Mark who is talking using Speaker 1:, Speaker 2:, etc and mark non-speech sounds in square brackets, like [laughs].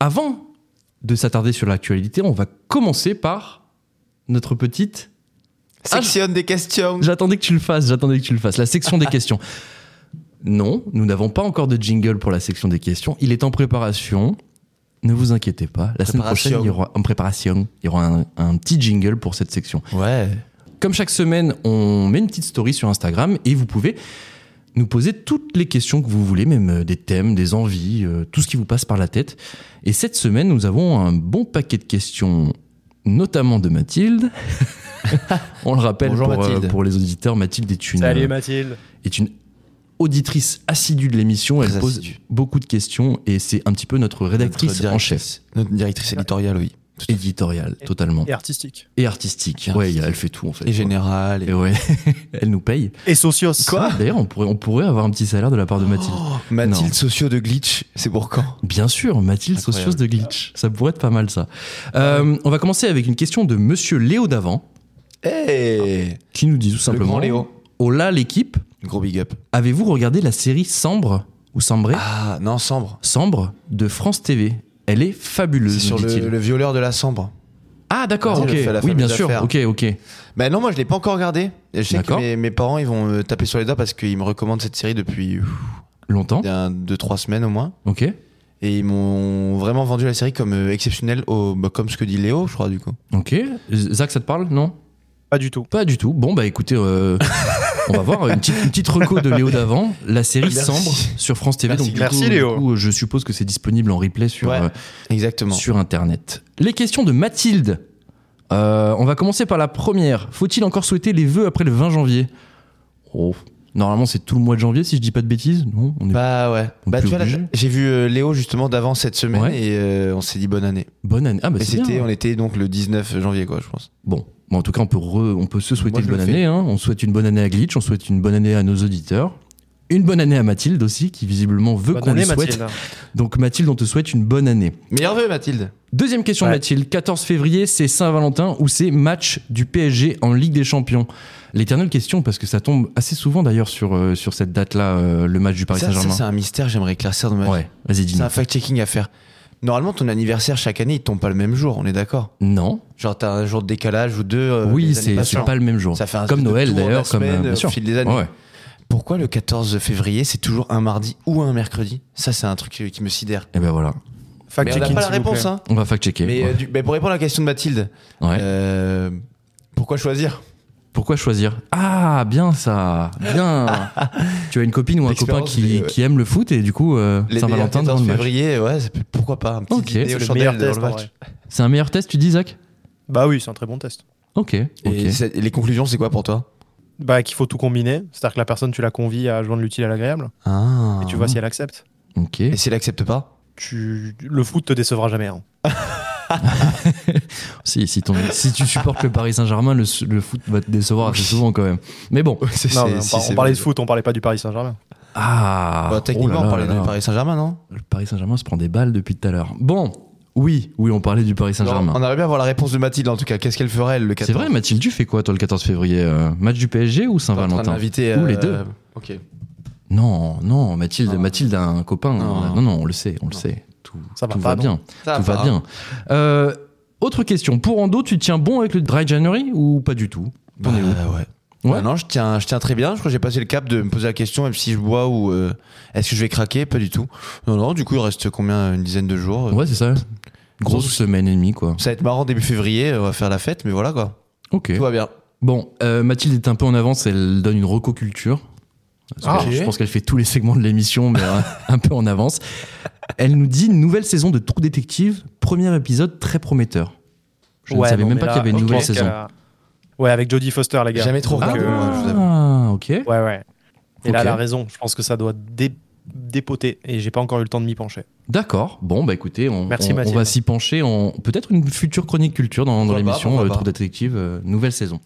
Speaker 1: Avant de s'attarder sur l'actualité, on va commencer par notre petite.
Speaker 2: Section des questions.
Speaker 1: J'attendais que tu le fasses, j'attendais que tu le fasses. La section des questions. Non, nous n'avons pas encore de jingle pour la section des questions. Il est en préparation. Ne vous inquiétez pas. La semaine prochaine, il y aura, en préparation, il y aura un, un petit jingle pour cette section.
Speaker 2: Ouais.
Speaker 1: Comme chaque semaine, on met une petite story sur Instagram et vous pouvez nous poser toutes les questions que vous voulez, même euh, des thèmes, des envies, euh, tout ce qui vous passe par la tête. Et cette semaine, nous avons un bon paquet de questions, notamment de
Speaker 2: [laughs]
Speaker 1: Mathilde. On le rappelle
Speaker 2: Bonjour,
Speaker 1: pour, euh,
Speaker 2: Mathilde.
Speaker 1: pour les auditeurs, Mathilde est une,
Speaker 3: Salut
Speaker 1: euh,
Speaker 3: Mathilde.
Speaker 1: est une auditrice assidue de l'émission. Elle
Speaker 2: Très
Speaker 1: pose
Speaker 2: assidue.
Speaker 1: beaucoup de questions et c'est un petit peu notre rédactrice
Speaker 2: Notre
Speaker 1: en chef.
Speaker 2: Notre directrice éditoriale, oui.
Speaker 1: Éditoriale, totalement.
Speaker 3: Et artistique.
Speaker 1: Et artistique.
Speaker 2: Et
Speaker 1: Ouais,
Speaker 2: artistique.
Speaker 1: elle fait tout en fait.
Speaker 2: Et générale.
Speaker 1: Et ouais, [laughs] elle nous paye.
Speaker 3: Et socios.
Speaker 1: D'ailleurs, on pourrait, on pourrait avoir un petit salaire de la part de Mathilde.
Speaker 2: Oh, Mathilde
Speaker 1: Non.
Speaker 2: Socio de Glitch, c'est pour quand
Speaker 1: Bien sûr, Mathilde
Speaker 2: Incroyable.
Speaker 1: Socios de Glitch. Ça pourrait être pas mal, ça. Euh, on va commencer avec une question de monsieur Léo Davant,
Speaker 2: Hey
Speaker 1: qui nous dit tout
Speaker 2: Eh, Le
Speaker 1: simplement
Speaker 2: grand Léo.
Speaker 1: Hola l'équipe,
Speaker 2: Gros big up.
Speaker 1: avez-vous regardé la série Sambre ou Sambré
Speaker 2: Ah, non, Sambre.
Speaker 1: Sambre de France TV. Elle est fabuleuse,
Speaker 2: C'est sur
Speaker 1: nous
Speaker 2: le,
Speaker 1: dit-il.
Speaker 2: le violeur de la Sambre.
Speaker 1: Ah, d'accord,
Speaker 2: C'est
Speaker 1: ok.
Speaker 2: le fait-
Speaker 1: Oui,
Speaker 2: la fameuse
Speaker 1: bien sûr.
Speaker 2: affaire.
Speaker 1: Ok, ok.
Speaker 2: Bah non, moi je l'ai pas encore regardé. Et Je sais que
Speaker 1: D'accord.
Speaker 2: mes, mes parents ils vont me taper sur les doigts parce qu'ils me recommandent cette série depuis ouf,
Speaker 1: Longtemps.
Speaker 2: un, deux trois semaines au moins.
Speaker 1: Ok.
Speaker 2: Et ils m'ont vraiment vendu la série comme euh, exceptionnelle, au, bah, comme ce que dit Léo, je crois du coup.
Speaker 1: Ok. Zach, ça te parle Non
Speaker 3: Pas du tout.
Speaker 1: Pas du tout. Bon, bah écoutez, euh, on va voir une petite, une petite reco de Léo d'avant, la série
Speaker 2: Merci.
Speaker 1: Sambre sur France TV.
Speaker 2: Merci.
Speaker 1: donc, du
Speaker 3: Merci,
Speaker 1: coup,
Speaker 3: Léo.
Speaker 1: du coup, je suppose que c'est disponible en replay sur,
Speaker 2: Ouais,
Speaker 1: euh,
Speaker 2: Exactement.
Speaker 1: sur Internet. Les questions de Mathilde. Euh, on va commencer par la première. Faut-il encore souhaiter les vœux après le 20 janvier Oh. Normalement, c'est tout le mois de janvier, si je dis pas de bêtises. Non, on est...
Speaker 2: Bah ouais.
Speaker 1: On
Speaker 2: Bah
Speaker 1: peut
Speaker 2: tu vois, là,
Speaker 1: obliger.
Speaker 2: j'ai vu euh, Léo justement d'avant cette semaine
Speaker 1: Ouais.
Speaker 2: et euh, on s'est dit bonne année.
Speaker 1: bonne année. Ah, bah
Speaker 2: et
Speaker 1: c'est bien.
Speaker 2: c'était, on était donc le 19 janvier quoi, je pense.
Speaker 1: Bon. Bon, en tout cas, on peut, re- on peut se souhaiter
Speaker 2: Moi, je
Speaker 1: une bonne
Speaker 2: le fais.
Speaker 1: année. hein. On souhaite une bonne année à Glitch, on souhaite une bonne année à nos auditeurs. Une bonne année à Mathilde aussi, qui visiblement veut
Speaker 3: Bonne
Speaker 1: qu'on lui
Speaker 3: année,
Speaker 1: souhaite.
Speaker 3: Mathilde.
Speaker 1: Donc Mathilde, on te souhaite une bonne année.
Speaker 2: Meilleur vœu Mathilde.
Speaker 1: Deuxième question de
Speaker 3: Ouais.
Speaker 1: Mathilde. 14 février, c'est Saint-Valentin ou c'est match du PSG en Ligue des Champions L'éternelle question, parce que ça tombe assez souvent d'ailleurs sur, euh, sur cette date-là, euh, le match du Paris
Speaker 2: Ça, ça,
Speaker 1: Saint-Germain.
Speaker 2: c'est un mystère, j'aimerais éclaircir dans ma vie.
Speaker 1: Ouais, vas-y, dis
Speaker 2: C'est un fact-checking à faire. Normalement, ton anniversaire chaque année, il tombe pas le même jour, on est d'accord
Speaker 1: Non,
Speaker 2: Genre, t'as un jour de décalage ou deux. euh,
Speaker 1: oui,
Speaker 2: des années
Speaker 1: c'est
Speaker 2: passées.
Speaker 1: c'est pas le même jour.
Speaker 2: Ça fait un
Speaker 1: Comme
Speaker 2: espèce de
Speaker 1: Noël
Speaker 2: tour de la
Speaker 1: d'ailleurs, comme. euh,
Speaker 2: semaine,
Speaker 1: bien
Speaker 2: au
Speaker 1: sûr.
Speaker 2: fil des années.
Speaker 1: Ouais.
Speaker 2: Pourquoi le 14 février, c'est toujours un mardi ou un mercredi Ça, c'est un truc qui qui me sidère.
Speaker 1: Et ben voilà,
Speaker 2: Mais on n'a
Speaker 3: Fact-checking,
Speaker 2: pas la
Speaker 3: s'il vous plaît.
Speaker 2: réponse, hein.
Speaker 1: on va fact-checker.
Speaker 2: Mais,
Speaker 1: Ouais.
Speaker 2: euh, du- mais pour répondre à la question de Mathilde,
Speaker 1: Ouais.
Speaker 2: euh, pourquoi choisir
Speaker 1: Pourquoi choisir Ah, bien ça
Speaker 2: [laughs]
Speaker 1: Bien Tu as une copine ou un copain
Speaker 2: L'expérience
Speaker 1: qui,
Speaker 2: des- ouais.
Speaker 1: qui aime le foot et du coup, euh,
Speaker 2: les meilleurs
Speaker 1: Saint-Valentin dans
Speaker 2: 14
Speaker 1: le match.
Speaker 2: février Ouais, ça peut- pourquoi pas Un petit
Speaker 1: Ok.
Speaker 2: dîner
Speaker 1: C'est
Speaker 2: au
Speaker 3: le
Speaker 2: chandelle
Speaker 3: meilleur
Speaker 2: dans
Speaker 3: test,
Speaker 2: le
Speaker 3: en
Speaker 2: match.
Speaker 1: C'est un meilleur test, tu dis, Zach
Speaker 3: Bah oui, c'est un très bon test.
Speaker 1: Ok. ok.
Speaker 2: Et c'est- et les conclusions, c'est quoi pour toi
Speaker 3: Bah qu'il faut tout combiner. C'est-à-dire que la personne, tu la convies à joindre l'utile à l'agréable.
Speaker 2: Ah.
Speaker 3: Et tu vois si elle accepte.
Speaker 1: Ok.
Speaker 2: Et si elle accepte
Speaker 1: [laughs]
Speaker 2: pas
Speaker 3: Tu... Le foot te décevra jamais. hein.
Speaker 1: Si, si,
Speaker 2: [laughs]
Speaker 1: ton- si tu supportes le Paris Saint-Germain, le, le foot va te décevoir assez souvent quand même. Mais bon.
Speaker 2: C'est-
Speaker 3: Non,
Speaker 2: c'est-
Speaker 3: mais on,
Speaker 2: si
Speaker 3: par- on
Speaker 2: c'est-
Speaker 3: parlait de foot, on parlait pas du Paris Saint-Germain.
Speaker 1: Ah
Speaker 2: Bah,
Speaker 1: oh
Speaker 2: techniquement,
Speaker 1: là
Speaker 2: on
Speaker 1: là
Speaker 2: parlait
Speaker 1: là
Speaker 2: du
Speaker 1: là.
Speaker 2: Paris Saint-Germain, non
Speaker 1: Le Paris Saint-Germain se prend des balles depuis tout à l'heure. Bon, oui, oui, on parlait du Paris
Speaker 2: Non,
Speaker 1: Saint-Germain.
Speaker 2: On aimerait bien avoir la réponse de Mathilde, en tout cas. Qu'est-ce qu'elle ferait, elle, le 14
Speaker 1: C'est vrai, Mathilde, tu fais quoi toi le 14 février euh, Match du PSG ou
Speaker 2: T'es en train de
Speaker 1: Saint-Valentin
Speaker 2: l'inviter,
Speaker 1: Ou
Speaker 2: euh,
Speaker 1: les deux.
Speaker 2: Ok.
Speaker 1: Non, non, Mathilde,
Speaker 2: Non.
Speaker 1: Mathilde a un copain.
Speaker 2: Non.
Speaker 1: Non, non, on le sait, on le
Speaker 2: Non.
Speaker 1: sait. Tout,
Speaker 3: Ça va
Speaker 1: tout
Speaker 3: pas,
Speaker 1: va
Speaker 3: non
Speaker 1: bien.
Speaker 2: Ça
Speaker 1: tout va
Speaker 2: pas.
Speaker 1: bien. Euh, autre question. Pour Ando, tu tiens bon avec le Dry January ou pas du tout
Speaker 2: Bah,
Speaker 1: On est où
Speaker 2: ouais.
Speaker 1: Ouais.
Speaker 2: Bah non, je tiens, je tiens très bien. Je crois que j'ai passé le cap de me poser la question, même si je bois ou euh, est-ce que je vais craquer Pas du tout. Non, non, du coup, il reste combien Une dizaine de jours euh,
Speaker 1: Ouais, c'est ça. Grosse
Speaker 2: Grosse-
Speaker 1: semaine et demie, quoi.
Speaker 2: Ça va être marrant début février, on va faire la fête, mais voilà quoi.
Speaker 1: Ok.
Speaker 2: Tout va bien.
Speaker 1: Bon, euh, Mathilde est un peu en avance, elle donne une rococulture.
Speaker 2: Ah,
Speaker 1: je
Speaker 2: ok.
Speaker 1: pense qu'elle fait tous les segments de l'émission, mais euh, [laughs] un peu en avance. Elle nous dit une nouvelle saison de Trou Détective, premier épisode très prometteur. Je
Speaker 3: Ouais,
Speaker 1: ne savais
Speaker 3: non,
Speaker 1: même
Speaker 3: mais
Speaker 1: pas
Speaker 3: là,
Speaker 1: qu'il y avait une
Speaker 3: ok,
Speaker 1: nouvelle
Speaker 3: qu'elle
Speaker 1: saison.
Speaker 3: a- Ouais, avec Jodie Foster, les gars.
Speaker 2: Jamais trop
Speaker 3: Donc, euh,
Speaker 1: Ah,
Speaker 2: regardé, moi, euh, je vous
Speaker 1: ok.
Speaker 3: Ouais, ouais. Et là,
Speaker 1: Ok.
Speaker 3: elle a raison. Je pense que ça doit dé- dépoter. Et j'ai pas encore eu le temps de m'y pencher.
Speaker 1: D'accord. Bon, bah écoutez, on,
Speaker 3: Merci,
Speaker 1: on- on
Speaker 3: Mathilde.
Speaker 1: va s'y pencher. en Peut-être une future chronique culture dans, dans
Speaker 2: Pourquoi pas,
Speaker 1: l'émission
Speaker 2: pourquoi
Speaker 1: euh,
Speaker 2: pas.
Speaker 1: Trou Détective, euh, nouvelle saison.